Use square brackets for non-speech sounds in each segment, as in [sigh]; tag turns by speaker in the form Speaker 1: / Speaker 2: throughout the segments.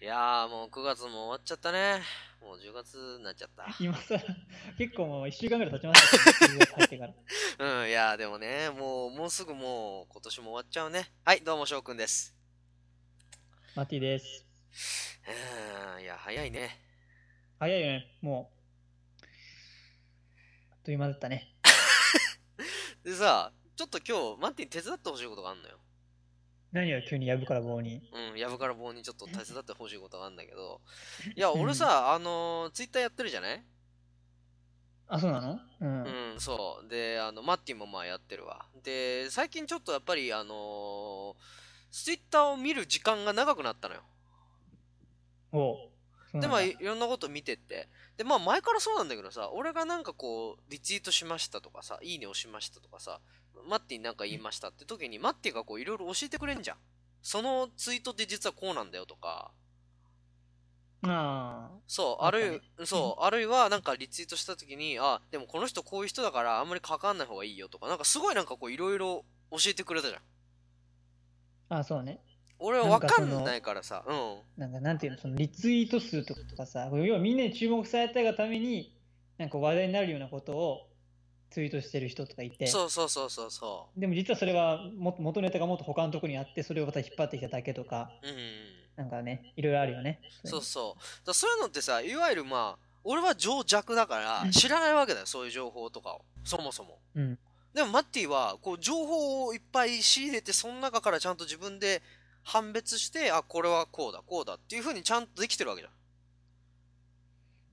Speaker 1: やーもう9月も終わっちゃったね。もう10月になっちゃった。
Speaker 2: 今さ、結構もう1週間ぐらい経ち
Speaker 1: [laughs]
Speaker 2: ましたね、入ってから。
Speaker 1: うん、いやーでもね、もう、もうすぐもう今年も終わっちゃうね。はい、どうも翔くんです。
Speaker 2: マティです。
Speaker 1: うーん、いや、早いね。
Speaker 2: 早いよね、もう。あっという間だったね。
Speaker 1: でさ、ちょっと今日、マッティに手伝ってほしいことがあるのよ。
Speaker 2: 何よ、急にやぶから棒に。
Speaker 1: うん、やぶから棒にちょっと手伝ってほしいことがあるんだけど。いや、俺さ、あのー、ツイッターやってるじゃない
Speaker 2: あ、そうなのうん。
Speaker 1: うん、そう。で、あの、マッティもまあやってるわ。で、最近ちょっとやっぱり、あのー、ツイッターを見る時間が長くなったのよ。
Speaker 2: おうそう
Speaker 1: で
Speaker 2: なん
Speaker 1: ま
Speaker 2: だ
Speaker 1: あいいろんなこと見てってでまあ前からそうなんだけどさ俺がなんかこうリツイートしましたとかさいいね押しましたとかさマッティになんか言いましたって時にマッティがこういろいろ教えてくれんじゃんそのツイートって実はこうなんだよとか
Speaker 2: あ
Speaker 1: そう
Speaker 2: な
Speaker 1: あ
Speaker 2: んかね
Speaker 1: るいそうあるいはなんかリツイートした時にあでもこの人こういう人だからあんまり関わんない方がいいよとかなんかすごいなんかこういろいろ教えてくれたじゃん
Speaker 2: あ、ああ、そうね。
Speaker 1: 俺は
Speaker 2: なん
Speaker 1: わ
Speaker 2: か
Speaker 1: か
Speaker 2: その
Speaker 1: んないからさうん
Speaker 2: なんか、なんていうの、そのリツイート数とかさ、要はみんなに注目されたがために、なんか話題になるようなことをツイートしてる人とかいて。
Speaker 1: そうそうそうそうそ
Speaker 2: でも実はそれはも元ネタがもっと他のとこにあってそれをまた引っ張ってきただけとか
Speaker 1: ううん
Speaker 2: なんかねいろいろあるよね
Speaker 1: そうそう。だからそういうのってさ、いわゆるまあ、俺は情弱だから、知らないわけだよ、そういう情報とかを。そもそも。
Speaker 2: う、うん、
Speaker 1: でも、マッティは、こう、情報をいっぱい仕入れて、その中からちゃんと自分で判別して、あ、これはこうだ、こうだっていうふうにちゃんとできてるわけじ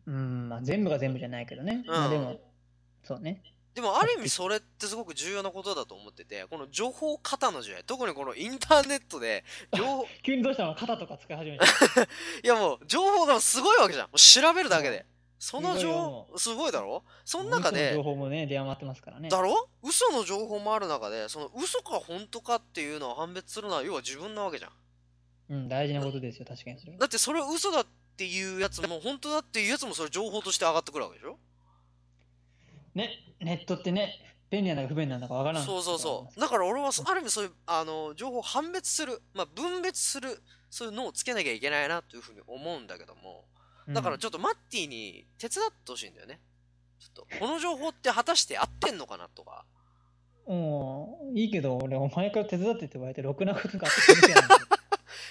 Speaker 1: ゃん。
Speaker 2: うんまあ全部が全部じゃないけどね、
Speaker 1: ん
Speaker 2: まあでもそうね
Speaker 1: でも、ある意味それってすごく重要なことだと思ってて、この情報型の時代、特にこのインターネット [laughs] で、情報、
Speaker 2: 急にどうしたの肩とか使い始めた
Speaker 1: いやもう、情報がすごいわけじゃん。もう調べる [laughs] だけで。その
Speaker 2: すごいよ
Speaker 1: 情
Speaker 2: も
Speaker 1: 報、すごいだろその中で
Speaker 2: 嘘の、情報もね出回ってますからね
Speaker 1: だろ嘘の情報もある中でその嘘か本当かっていうのを判別するのは要は自分なわけじゃん
Speaker 2: うん大事なことですよ確かにそれは
Speaker 1: だってそれを嘘だっていうやつ
Speaker 2: [laughs]
Speaker 1: も本当だっていうやつもそれ情報として上がってくるわけでしょ
Speaker 2: ねネットってね便利なんだか不便なんだかわからん
Speaker 1: そうそうそうだから俺はそある意味そういうあの情報を判別する、まあ、分別するそういうのをつけなきゃいけないなというふうに思うんだけども
Speaker 2: うん
Speaker 1: だからちょっとマッティに手伝ってほしいんだよねちょっとこの情報って果たして合ってんのかなとか
Speaker 2: うんいいけど俺お前から手伝ってって言われてろくなことがあってみたいな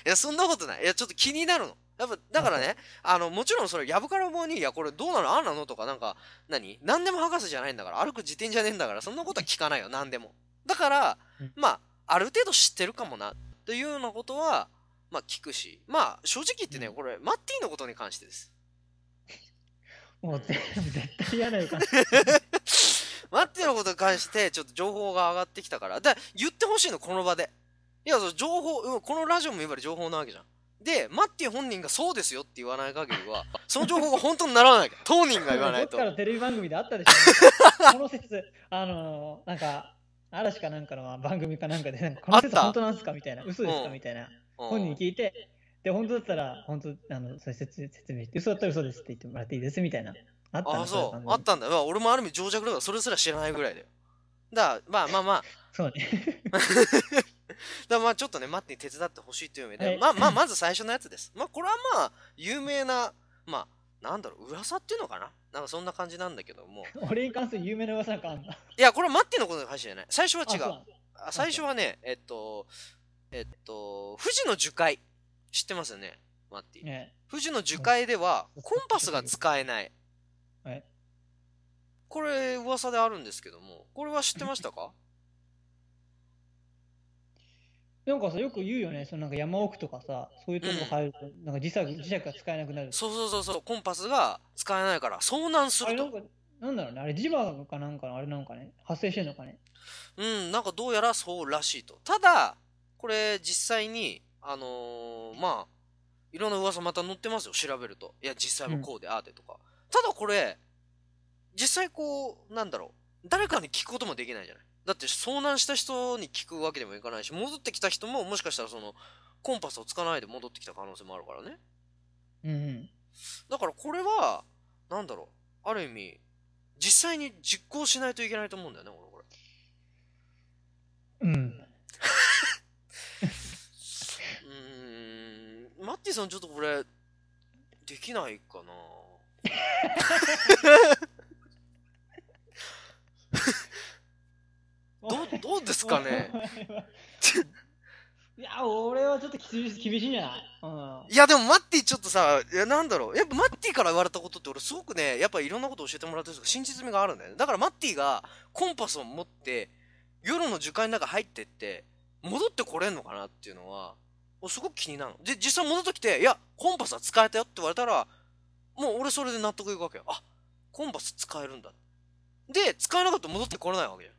Speaker 2: い
Speaker 1: や、そんなことない。いや、ちょっと気になるの。やっぱ、だからね、あの、もちろんそれ、やぶから棒に、いや、これどうなのあんなのとか、なんか、何何でも博士じゃないんだから、歩く自転じゃねえんだから、そんなことは聞かないよ、何でも。だから
Speaker 2: うん、
Speaker 1: まあ、ある程度知ってるかもな、というようなことは、まあ、聞くし。まあ、正直言ってね、
Speaker 2: うん
Speaker 1: これ、マッティのことに関してです。
Speaker 2: もうぜ絶対
Speaker 1: [laughs]
Speaker 2: 嫌な予感
Speaker 1: マッティのことに関して、ちょっと情報が上がってきたから。だ言ってほしいの、この場で。いや、その情報、うんこのラジオも言われ情報なわけじゃん。で、マッティ本人がそうですよって言わない限り
Speaker 2: [laughs]
Speaker 1: は、その情報が本当にならない。当人が言わないと
Speaker 2: どっ。かのテレビ番組であったでしょ。この説、あのーなんか、嵐かなんかの番組かなんかで、なんかこの説
Speaker 1: あった
Speaker 2: 本当なんですかみたいな、嘘ですか、
Speaker 1: うん
Speaker 2: みたいな、
Speaker 1: うん
Speaker 2: 本人に聞いて、で、本当だったら、本当、あの、それ説説明して、嘘だったら嘘ですって言ってもらっていいですみたいな。あった
Speaker 1: あ
Speaker 2: の
Speaker 1: あ、そ
Speaker 2: れ
Speaker 1: う。あったんだ。まあ俺もある意味情弱だから、それすら知らないぐらいだよ。だから、まあまあまあ、
Speaker 2: そうね。 [laughs]
Speaker 1: だからまあちょっとね、マッティに手伝ってほしいという意味で、
Speaker 2: はい
Speaker 1: まあまあ、まず最初のやつです。まあこれはまあ、有名な、まあ、なんだろう、噂っていうのかななんかそんな感じなんだけども。
Speaker 2: 俺に関する有名な噂なんかあんだ。
Speaker 1: いや、これマッティのことの話じゃない。最初は違
Speaker 2: あそう
Speaker 1: う。あ最初はね、えっと、えっと、富士の樹海。知ってますよね、マッティ。
Speaker 2: なのね
Speaker 1: 富士の樹海では
Speaker 2: うん
Speaker 1: コンパスが使えない
Speaker 2: はい。
Speaker 1: これ、噂であるんですけども、これは知ってましたか
Speaker 2: なんかさ、よく言うよね、そのなんか山奥とかさ、そういうとこ入ると、なんか磁石磁石が使えなくなる。
Speaker 1: そうそうそうそう、コンパスが使えないから遭難す
Speaker 2: あれ
Speaker 1: る
Speaker 2: なん
Speaker 1: と。
Speaker 2: か、なんだろうね、あれ磁場かなんかのあれなんかね、発生してんのかね。
Speaker 1: うん、なんかどうやらそうらしいと。ただ、これ実際に、あのーまあ、いろんな噂また載ってますよ、調べると。いや、実際はこうで、ああでとか。ただこれ、実際こう、なんだろう、誰かに聞くこともできないじゃない。だって遭難した人に聞くわけでもいかないし、戻ってきた人ももしかしたらその、コンパスをつかないで戻ってきた可能性もあるからね。
Speaker 2: うんうん。
Speaker 1: だからこれは、なんだろう、ある意味、実際に実行しないといけないと思うんだよね、俺、これ。
Speaker 2: うん。
Speaker 1: うーんマッティさん、ちょっとこれ、できないかなどうどうですかね
Speaker 2: [laughs] いや、俺はちょっと厳しい厳しいんじゃないうん。
Speaker 1: いやでもマッティちょっとさいやなんだろうやっぱマッティから言われたことって俺すごくねやっぱいろんなこと教えてもらってるんですけど真実味があるんだよねだからマッティがコンパスを持って夜の樹海の中入ってって戻ってこれんのかなっていうのはもうすごく気になるので実際戻ってきて「いやコンパスは使えたよ」って言われたらもう俺それで納得いくわけよあコンパス使えるんだで使えなかったら戻ってこれないわけよ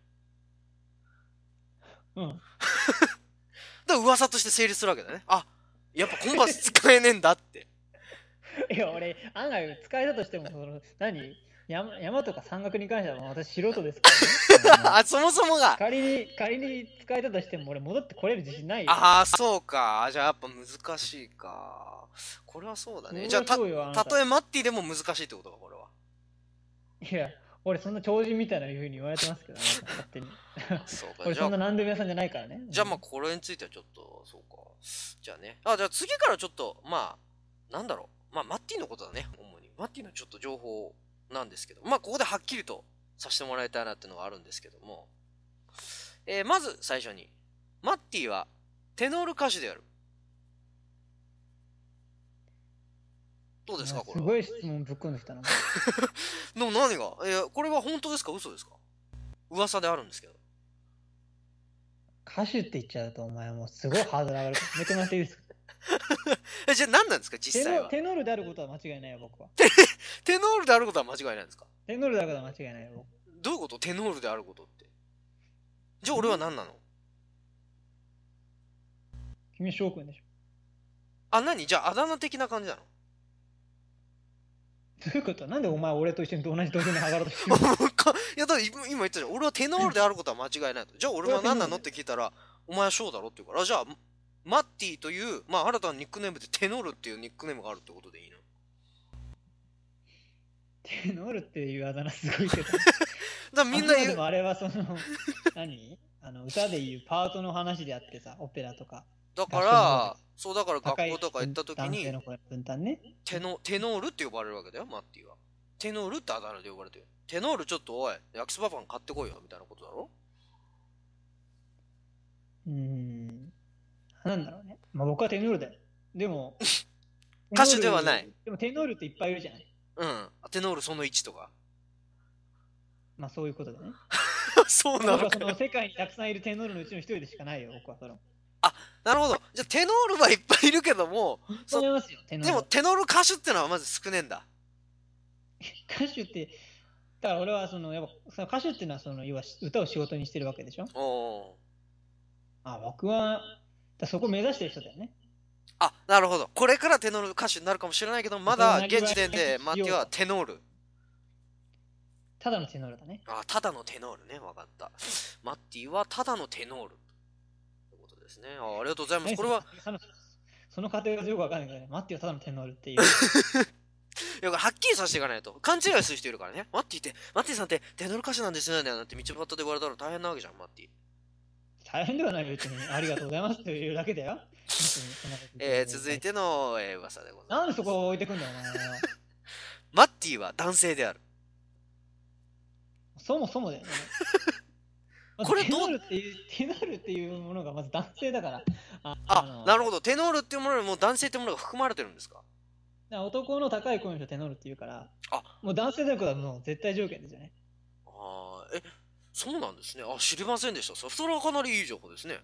Speaker 1: [laughs]
Speaker 2: うん。
Speaker 1: だから噂として成立するわけだねあやっぱコンパス使えねえんだって
Speaker 2: いや、俺、案外使えたとしても、その、何山山とか山岳に関してはもう私素人ですから、ね [laughs]
Speaker 1: あ [laughs] そもそもが
Speaker 2: 仮に、仮に使えたとしても、俺戻ってこれる自信ないよ。
Speaker 1: ああ、そうか。じゃあやっぱ難しいか。これはそうだね。じゃあた、
Speaker 2: そうよあな
Speaker 1: た
Speaker 2: た
Speaker 1: とえマッティでも難しいってことか、これ [laughs] は。
Speaker 2: いや、俺そんな超人みたいないうふうに言われてますけど、ね、
Speaker 1: [laughs]
Speaker 2: 勝手に。
Speaker 1: そうか。
Speaker 2: 俺
Speaker 1: じゃ
Speaker 2: そんな
Speaker 1: あ、
Speaker 2: 何でも屋さんじゃないからね。
Speaker 1: じゃあまあこれについてはちょっと、そうか。じゃあね。あ、じゃあ次からちょっと、まあ、なんだろう。まあ、マッティのことだね、主に。マッティのちょっと情報なんですけど、まあ、ここではっきりとさせてもらいたいなっていうのがあるんですけども。えーまず最初に、マッティはテノール歌手である。どう
Speaker 2: うん
Speaker 1: ですか、こ
Speaker 2: す
Speaker 1: れは。
Speaker 2: ごい質問ぶっ込んできたな。
Speaker 1: の何がえーこれは本当ですか嘘ですか噂であるんですけど。
Speaker 2: 歌手って言っちゃうと、お前もうすごいハードル
Speaker 1: [laughs]
Speaker 2: 上がるから。やめてもらっていいですか
Speaker 1: え、じゃあ何なんですか
Speaker 2: テ
Speaker 1: 実際
Speaker 2: ノ
Speaker 1: は。
Speaker 2: テノールであることは間違いない
Speaker 1: [laughs]
Speaker 2: よ、僕は。
Speaker 1: テノールであることは間違いないんですか
Speaker 2: テノールであることは間違いないよ、僕。
Speaker 1: どういうことテノールであることって。じゃあ俺は何なの
Speaker 2: 君翔くんでしょ。
Speaker 1: あ、何じゃああだ名的な感じ
Speaker 2: [laughs]
Speaker 1: なの
Speaker 2: どういうことなんでお前俺と一緒に同じ同点で上がろうとしてるの
Speaker 1: もうかいや、だって今今言ったじゃん。俺はテノールであることは間違いないと。じゃあ俺は何なのって聞いたら、お前はショーだろって言うから、あじゃあ、マッティという、まあ新たなニックネームでテノールっていうニックネームがあるってことでいいの
Speaker 2: テノールっていうあだ名すごいけど。
Speaker 1: だから [laughs] みんな
Speaker 2: あくま
Speaker 1: 言
Speaker 2: で
Speaker 1: う。
Speaker 2: もあれはその、何あの歌で言うパートの話であってさ、オペラとか、
Speaker 1: だか
Speaker 2: 合
Speaker 1: ら
Speaker 2: 唱、
Speaker 1: そうだから
Speaker 2: 高
Speaker 1: 学
Speaker 2: い
Speaker 1: 校とか行った時
Speaker 2: 男
Speaker 1: に
Speaker 2: 性、の声の分担ね。
Speaker 1: テノテノールって呼ばれるわけだよ、マッティは。テノールってあだ名で呼ばれてる。テノールちょっとおい、焼きそばパン買ってこいよ、みたいなことだろ、
Speaker 2: うーん。なんだろうね。まあ僕はテノールだよ。でも
Speaker 1: [laughs] 歌手ではない
Speaker 2: テノール。でもテノールっていっぱいいるじゃない。
Speaker 1: うん。テノールその1とか。
Speaker 2: まあそういうことだね。
Speaker 1: そう [laughs] な
Speaker 2: 僕
Speaker 1: の
Speaker 2: は
Speaker 1: か
Speaker 2: そ。の世界にたくさんいるテノールのうちの一人でしかないよ、僕はその。
Speaker 1: なるほど。じゃあテノールはいっぱいいるけども、そう
Speaker 2: 認めますよ、テノー
Speaker 1: で
Speaker 2: ル
Speaker 1: も
Speaker 2: は。
Speaker 1: テノール歌手ってのはまず少ねえんだ。
Speaker 2: 歌手って、だから俺はその、やっぱその歌手っていうのはその、要は歌を仕事にしてるわけでしょ。
Speaker 1: おお
Speaker 2: あ、僕は、だそこ目指してる人だよね。
Speaker 1: ー。あ、なるほど。これからテノール歌手になるかもしれないけど、まだ現時点 [laughs] でマッティはテノール。
Speaker 2: ただのテノールだね。
Speaker 1: あ、ただのテノールね。わかった。マッティはただのテノール。ということですね。あありがとうございます。これは、
Speaker 2: その、その過程がよくわかんないけどね、マッティはただのテノールっていう。 [laughs]
Speaker 1: いやはっきりさせていかないと。勘違いする人いるからね。マッティって、マッティさんってテノール歌手なんですよね。なんて道端で言われたら大変なわけじゃん、マッティ。
Speaker 2: 大変ではないよ、別に。ありがとうございますというだけだよ。
Speaker 1: えー、続い
Speaker 2: て。
Speaker 1: ての、えー噂でございます。
Speaker 2: なんでそこを置いてくんだよ、お前は。
Speaker 1: マッティは男性である。
Speaker 2: そもそもだよ
Speaker 1: [laughs]
Speaker 2: ね。まず
Speaker 1: これどう
Speaker 2: テノールっていう、テノールっていうものがまず男性だから。あ
Speaker 1: あ、な
Speaker 2: る
Speaker 1: るほど。テノールっていうものにもう男性っていうものが含まれてるんですか
Speaker 2: 男の高い声の人はテノールって言うから、
Speaker 1: あ
Speaker 2: もう男性であることはもう絶対条件ですよね。
Speaker 1: あーえ、そうなんですね。あ、知りませんでした。そそれはかなりいい情報ですね。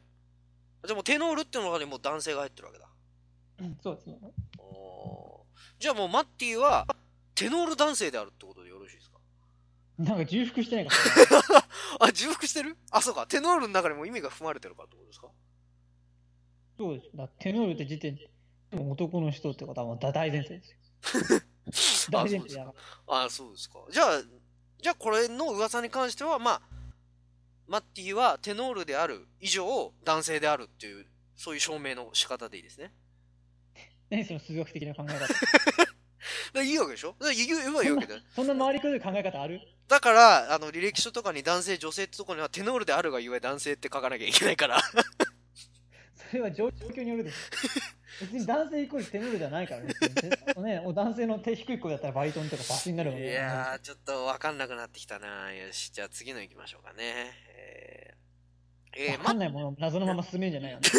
Speaker 1: じゃあもうテノールっていうのにもう男性が入ってるわけだ。
Speaker 2: うんそうですね。
Speaker 1: おーじゃあもうマッティはテノール男性であるってことでよろしいですか
Speaker 2: なんか重複してないから。
Speaker 1: あ、重複してるあ、そうか。テノールの中にも意味が含まれてるからってことですか
Speaker 2: そうです。だってテノールって時点で、もう男の人ってことはもう大前提です
Speaker 1: [laughs]
Speaker 2: よ。大前提だから。
Speaker 1: あそうですか。じゃあ、じゃあこれの噂に関しては、まあ、マッティはテノールである以上、男性であるっていう、そういう証明の仕方でいいですね。
Speaker 2: 何その数学的な考え方。
Speaker 1: でいいわけでしょで言えばいいわけだよ。
Speaker 2: そんな回りくどい考え方ある
Speaker 1: だから、あの、履歴書 [laughs] とかに男性、女性ってとこにはテノールであるがゆえ男性って書かなきゃいけないから。
Speaker 2: それは状況によるでしょ。別に男性イコール手ぬるじゃないからね。 [laughs] 別にねお男性の手低い声だったらバイトンとかバスになるもんね。
Speaker 1: いやー、ちょっとわかんなくなってきたな。よし、じゃあ次の行きましょうかね。えーえー [laughs]
Speaker 2: わかんないものを謎のまま進めんじゃないよね。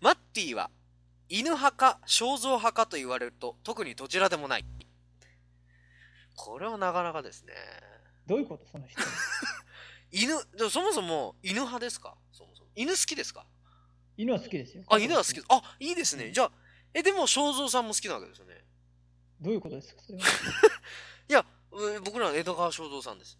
Speaker 1: マッティは犬派か肖像派かと言われると特にどちらでもないこれはなかなかですね
Speaker 2: どういうことその人。
Speaker 1: 犬でもそもそも犬派ですかそもそも犬好きですか
Speaker 2: 犬は好きですよ。
Speaker 1: あ犬は好きですあいいですねじゃあえでも肖像さんも好きなわけですよね
Speaker 2: どういうことですかそれは。
Speaker 1: いやう僕らは江戸川肖像さんです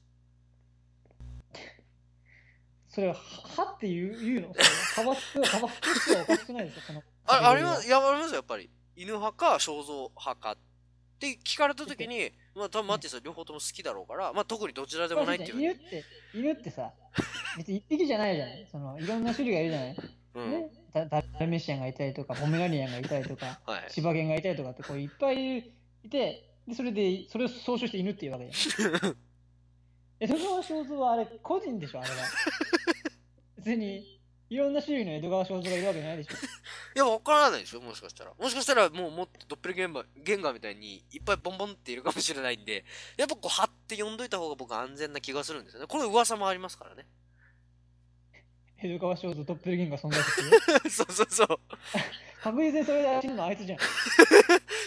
Speaker 2: それは、ははって言う言うのそれは派閥、派閥としてはおかしくないですよ。その
Speaker 1: あありますいやありますよやっぱり犬派か肖像派かって聞かれた時にまあ多分マッティさん両方とも好きだろうからまあ特にどちらでもないっていうふうに
Speaker 2: 犬って、犬ってさ、別に一匹じゃないじゃない。そのいろんな種類がいるじゃない。
Speaker 1: うん
Speaker 2: ね、ダダルメシアンがいたりとか、ポメラニアンがいたりとか、
Speaker 1: [laughs] はい
Speaker 2: 柴犬がいたりとかってこういっぱいいて、でそれで、それを総称して犬っていうわけじゃん。江戸川肖像はあれ、個人でしょ、あれは。別に、いろんな種類の江戸川肖像がいるわけじゃないでしょ。
Speaker 1: いや、わからないですよ、もしかしたら。もしかしたら、もうもっとドッペルゲンバーゲンガーみたいにいっぱいボンボンっているかもしれないんで、やっぱこう、貼って呼んどいた方が僕安全な気がするんですよね。これ噂もありますからね。
Speaker 2: 江戸川肖像、トップルゲンが存在す
Speaker 1: [laughs]
Speaker 2: る。
Speaker 1: そうそうそう。
Speaker 2: 確実にそれで死ぬのあいつじゃん。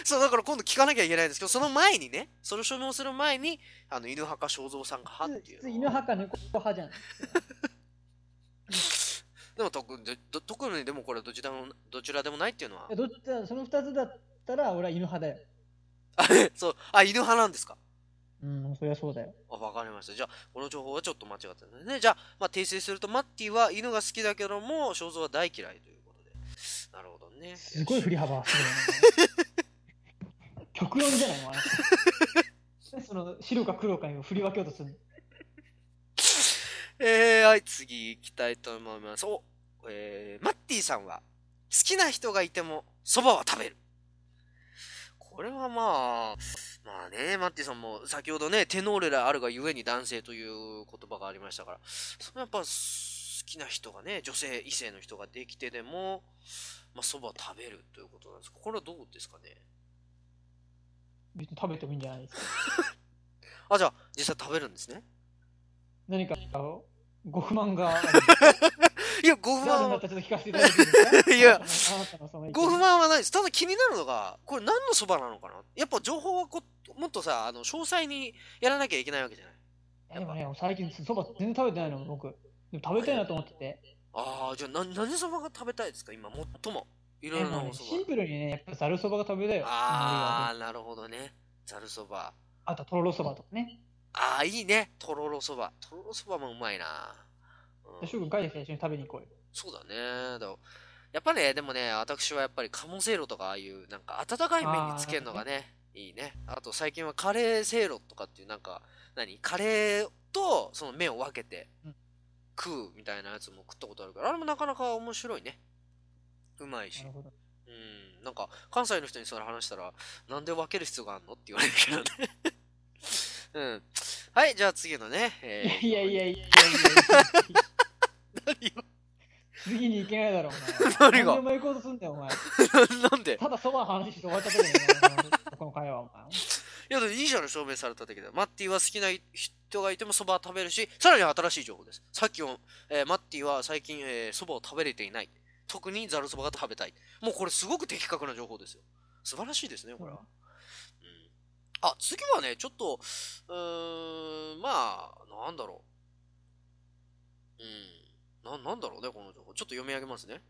Speaker 1: そう、だから今度聞かなきゃいけないんですけど、その前にね、それを証明する前に、あの、犬派か肖像さんか派ってい
Speaker 2: 普
Speaker 1: う
Speaker 2: 通犬
Speaker 1: のを。
Speaker 2: 派か猫派じゃん。
Speaker 1: でも特に、ど特にでもこれどちらも、どちらでもないっていうのは。
Speaker 2: どっちだその二つだったら俺は犬派だよ。
Speaker 1: あれそう、あ、犬派なんですか
Speaker 2: うん、そりゃそうだよ。
Speaker 1: あ、わかりました。じゃあ、この情報はちょっと間違ってたんですね。じゃあ、まあ、訂正すると、マッティは犬が好きだけども、肖像は大嫌いということで。なるほどね。
Speaker 2: すごい振り幅すごいね [laughs] 極論じゃないのあれその白か黒かに振り分けようとするの
Speaker 1: えー、はい、次行きたいと思います。お、えー、マッティさんは、好きな人がいても、蕎麦は食べる。これはまあ、まあね、マッティさんも、先ほどね、テノーレであるがゆえに男性という言葉がありましたから、それはやっぱ、好きな人がね、女性、異性の人ができてでも、まあ、蕎麦を食べるということなんですこれはどうですかね
Speaker 2: 別に食べてもいいんじゃないですか
Speaker 1: あ、じゃあ、実際食べるんですね。
Speaker 2: 何かご不満が
Speaker 1: [laughs]
Speaker 2: ある
Speaker 1: いや、ご不
Speaker 2: があるんだ
Speaker 1: 満
Speaker 2: ったらちょっと聞かせていただいていいです
Speaker 1: いや
Speaker 2: かあなたのあなたのその意見
Speaker 1: ご不満はないです。ただ気になるのが、これ何のそばなのかなやっぱ情報はこもっとさ、あの詳細にやらなきゃいけないわけじゃない。
Speaker 2: でもね最近そば全然食べてないの僕でも食べたいなと思ってて
Speaker 1: ああ、じゃあな何そばが食べたいですか今、最も。いろい
Speaker 2: で
Speaker 1: ろな
Speaker 2: も
Speaker 1: お
Speaker 2: ね
Speaker 1: そ
Speaker 2: シン
Speaker 1: ば。
Speaker 2: プルにねやっぱざるそばが食べたいよ
Speaker 1: ああ、なるほどね。ざるそば。
Speaker 2: あととろろそばとかね
Speaker 1: ああ、いいね。とろろそば。とろろそばもうまいな。うん
Speaker 2: 翔くん帰ってきたら一緒に食べに行こうよ
Speaker 1: そうだね。だやっぱね、でもね、私はやっぱり鴨せいろとかああいう、なんか温かい麺につけるのがね、いいね。あと最近はカレーせいろとかっていう、なんか、何カレーとその麺を分けて
Speaker 2: うん
Speaker 1: 食うみたいなやつも食ったことあるから、あれもなかなか面白いね。うまい
Speaker 2: な
Speaker 1: し
Speaker 2: る。ほど
Speaker 1: うん。なんか、関西の人にそれ話したら、なんで分ける必要があるのって言われるけどね。 [laughs] うん。はい、じゃあ次のね。えー
Speaker 2: いやいやいやいやいやいやいや
Speaker 1: 何よ
Speaker 2: 次に行けないだろ、お前。
Speaker 1: 何が
Speaker 2: 何でも行こうとすんだよ、お前。
Speaker 1: [laughs] なんで
Speaker 2: ただそばの話して終わったけどね、お前この会話、お前。
Speaker 1: いや、でもいいじゃない、証明されただけで。マッティは好きな人がいてもそばは食べるし、さらに新しい情報です。さっきも、えーマッティは最近、えー、そばを食べれていない。特にざるそばが食べたい。もうこれすごく的確な情報ですよ。素晴らしいですね、これは。うん、あ、次はね、ちょっと、うーん、まあ、なんだろう。うん、な、なんだろうね、この情報。ちょっと読み上げますね。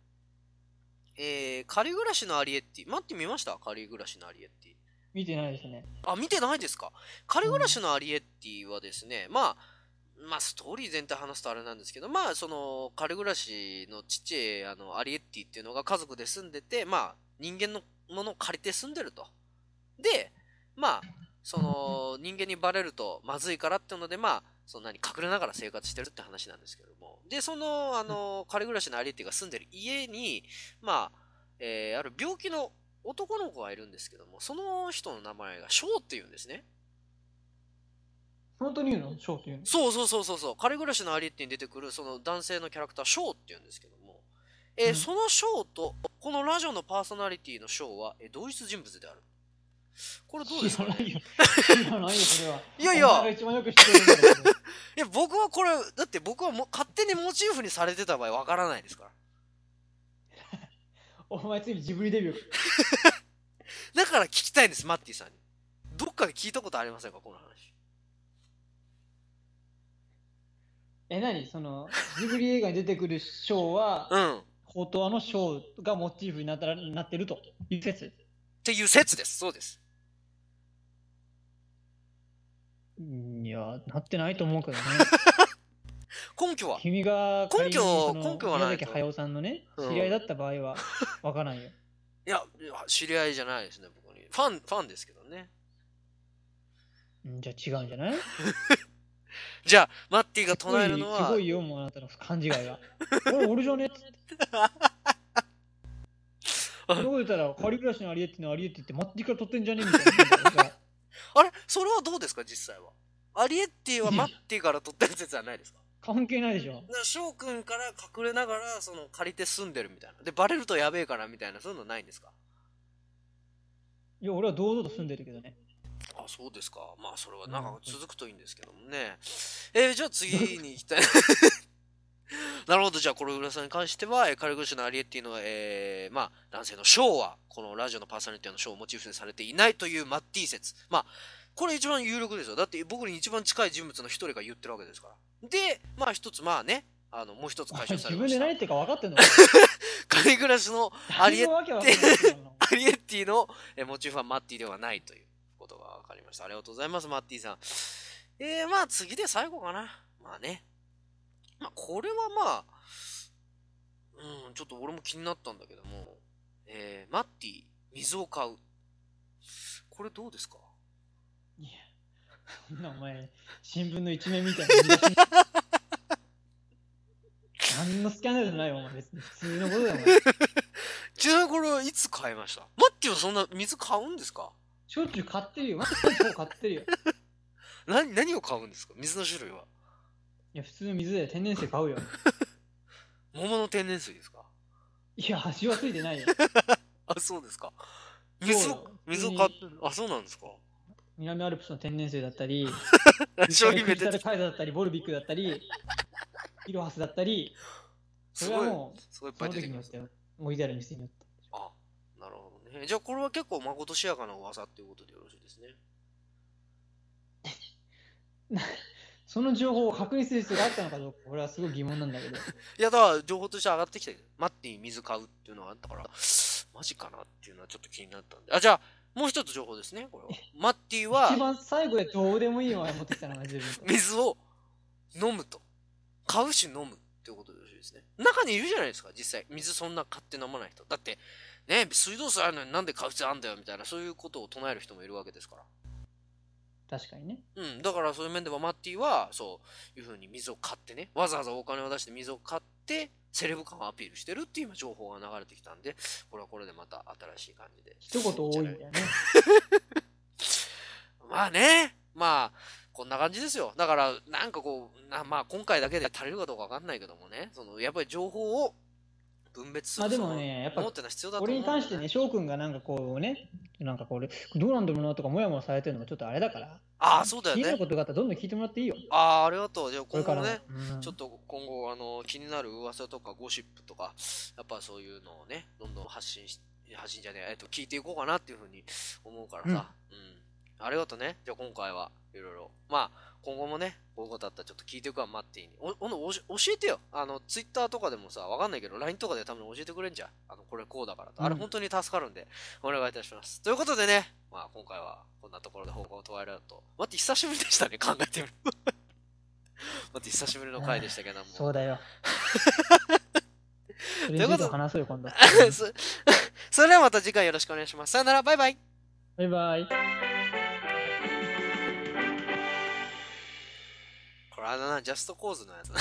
Speaker 1: えー、仮暮らしのアリエッティ。マッティ見ました仮暮らしのアリエッティ。
Speaker 2: 見てないですね。
Speaker 1: あ、見てないですか。彼暮らしのアリエッティはですね、まあ、まあ、ストーリー全体話すとあれなんですけど、まあ、その、彼暮らしの父、あの、アリエッティっていうのが家族で住んでて、まあ、人間のものを借りて住んでると。で、まあ、その、人間にバレるとまずいからっていうので、まあ、そんなに隠れながら生活してるって話なんですけども。で、その、あの、彼暮らしのアリエッティが住んでる家に、まあ、えーある病気の男の子がいるんですけども、その人の名前がショウっていうんですね。
Speaker 2: 本当に言うのショーっていうの
Speaker 1: そうそうそうそうそう。彼暮らしのアリエッティに出てくるその男性のキャラクター、ショーっていうんですけども、えー
Speaker 2: うん
Speaker 1: その賞とこのラジオのパーソナリティの賞は、えー同一人物であるこれどうです
Speaker 2: 知
Speaker 1: からね
Speaker 2: ないよ。知らないよ、それは。
Speaker 1: いやい
Speaker 2: お前が
Speaker 1: や
Speaker 2: 一番よく知ってるんだろうけど
Speaker 1: いや僕はこれだって僕はもう勝手にモチーフにされてた場合わからないですから
Speaker 2: お前次ジブリデビュー。
Speaker 1: だから聞きたいんですマッティさんにどっかで聞いたことありませんかこの話
Speaker 2: え、何その、ジブリ映画に出てくる賞は、
Speaker 1: うんっ
Speaker 2: ほうとわの賞がモチーフになったらなってるという説。
Speaker 1: ていう説ですそうです
Speaker 2: いや、なってないと思うけどね。
Speaker 1: 根拠は
Speaker 2: 君が仮
Speaker 1: 根
Speaker 2: に
Speaker 1: 拠
Speaker 2: その
Speaker 1: 根拠はない
Speaker 2: 宮崎駿さんのね、
Speaker 1: うん
Speaker 2: 知り合いだった場合は、わからんよ。 [laughs]
Speaker 1: いやいや知り合いじゃないですね僕にファンファンですけどね
Speaker 2: うんじゃあ違うんじゃない
Speaker 1: じゃあマッティが唱えるの
Speaker 2: す
Speaker 1: は
Speaker 2: ごいよ、もうあなたの勘違いが。これ俺じゃねえっつって。どう言ったら、仮暮らしのアリエッティのアリエッティって、マッチから取ってんじゃねえみたいな。
Speaker 1: あれそれはどうですか実際はアリエッティはマッティから取ってる説はないですか
Speaker 2: 関係ないでしょ。
Speaker 1: だから翔くんから隠れながらその借りて住んでるみたいなでバレるとやべえからみたいなそういうのないんですか
Speaker 2: いや、俺は堂々と住んでるけどね。
Speaker 1: あそうですかまあそれは
Speaker 2: うん
Speaker 1: なんか続くといいんですけどもねえーじゃあ次に行きたい [laughs] なるほどじゃあこれ浦さんに関しては、えー、カリグシのアリエッティの、えーまあ、男性のショーはこのラジオのパーソナリティのショーをモチーフにされていないというマッティ説まあこれ一番有力ですよだって僕に一番近い人物の一人が言ってるわけですからでまあ一つまあねあのもう一つ解消さ
Speaker 2: [laughs] 自
Speaker 1: れま
Speaker 2: 分
Speaker 1: し
Speaker 2: で
Speaker 1: た
Speaker 2: 何言ってるか分か
Speaker 1: [laughs]
Speaker 2: ってんの
Speaker 1: カリグラスのアリエ
Speaker 2: 何もわけわかんないですよ
Speaker 1: アリエッティのえーモチーフはマッティではないということが分かりました。ありがとうございます、マッティさん。えー、まあ次で最後かな。まあね。まあこれはまあ、うん、ちょっと俺も気になったんだけども、えー、マッティ、水を買う。これどうですか
Speaker 2: いや、そんなお前、新聞の一面みたいな。何のスキャンダルじゃないよ、お前。別に普通のことだよ、お前。
Speaker 1: ちなみにこれはいつ買いましたマッティはそんな水買うんですか
Speaker 2: しょっちゅう買ってるよ。マッチも買ってるよ。
Speaker 1: 何、何を買うんですか水の種類は。
Speaker 2: いや、普通の水で天然水買うよ。
Speaker 1: 桃の天然水ですか
Speaker 2: いや、足はついてないよ。
Speaker 1: あ、そうですか。
Speaker 2: そ
Speaker 1: 水
Speaker 2: う
Speaker 1: を
Speaker 2: よ、
Speaker 1: 水を買ってる。あ、そうなんですか
Speaker 2: 南アルプスの天然水だったり、
Speaker 1: [laughs] 商品名
Speaker 2: クリスタ
Speaker 1: 出て
Speaker 2: ルカイザーだったり、ボルビックだったり、イロハスだったり、
Speaker 1: す
Speaker 2: それは
Speaker 1: ごい
Speaker 2: もう、
Speaker 1: すごいいっ
Speaker 2: そ
Speaker 1: ぱい
Speaker 2: の
Speaker 1: 出
Speaker 2: 時
Speaker 1: てき
Speaker 2: に
Speaker 1: ま
Speaker 2: よっ
Speaker 1: す
Speaker 2: て置いてある店によって。
Speaker 1: あなるほどねじゃあこれは結構まことしやかな噂っていうことでよろしいですね
Speaker 2: その情報を確認する必要があったのかどうか、俺はすごい疑問なんだけど。
Speaker 1: いやだから情報として上がってきたけどマッティ水買うっていうのがあったからマジかなっていうのはちょっと気になったんであじゃあもう一つ情報ですねこれはマッティ
Speaker 2: 一
Speaker 1: は
Speaker 2: 番最後でどうでもいいわ持ってきたのが自分。
Speaker 1: 水を飲むと買うし飲むっていうことでよろしいですね中にいるじゃないですか実際水そんな買って飲まない人だってね水道水あるのになんで買う必要あんだよみたいなそういうことを唱える人もいるわけですから
Speaker 2: 確かにね。
Speaker 1: うん、だからそういう面ではマッティはそういうふうに水を買ってねわざわざお金を出して水を買ってセレブ感をアピールしてるっていう今情報が流れてきたんでこれはこれでまた新しい感じで
Speaker 2: 一言多いんだよ
Speaker 1: [laughs]
Speaker 2: ね。
Speaker 1: まあねまあこんな感じですよだからなんかこうなまあ今回だけで足りるかどうかわかんないけどもねそのやっぱり情報を分別す
Speaker 2: まあ
Speaker 1: る
Speaker 2: でもね、やっ
Speaker 1: その思
Speaker 2: ぱ
Speaker 1: ってのは必要だと思う
Speaker 2: 俺
Speaker 1: ん
Speaker 2: に
Speaker 1: だよ
Speaker 2: 関してね、翔くんがなんかこうね、なんかこれ、どうなんだろうなとか、もやもやされてるのもちょっとあれだから。
Speaker 1: ああそうだよ
Speaker 2: 気にな
Speaker 1: ね
Speaker 2: ることがあったらどんどん聞いてもらっていいよ。
Speaker 1: ああありがとうじゃあ今
Speaker 2: これ
Speaker 1: 後
Speaker 2: から
Speaker 1: も
Speaker 2: も
Speaker 1: ね
Speaker 2: うん
Speaker 1: ちょっと今後あの気になる噂とかゴシップとかやっぱそういうのをねどんどん発信し発信じゃねえ、えっと、聞いていこうかなっていうふうに思うからさ、うんありがとうねじゃあ今回はいろいろまあ今後もねこういうことあったらちょっと聞いていくわマッティにおおのおし教えてよあのツイッターとかでもさわかんないけど LINE とかで多分教えてくれんじゃんあのこれこうだからとあれ
Speaker 2: うん
Speaker 1: 本当に助かるんで、お願いいたしますということでねまあ今回はこんなところで方向を問われると待って久しぶりでしたね考えてみる [laughs] 待って久しぶりの回でしたけども
Speaker 2: そう
Speaker 1: [laughs]
Speaker 2: だよ。それ
Speaker 1: ということ
Speaker 2: について話そうよ、今度。
Speaker 1: [laughs] そそれではまた次回よろしくお願いします。さよなら、バイバイ。
Speaker 2: バイバイ。
Speaker 1: これあれだな、ジャストコーズのやつだ。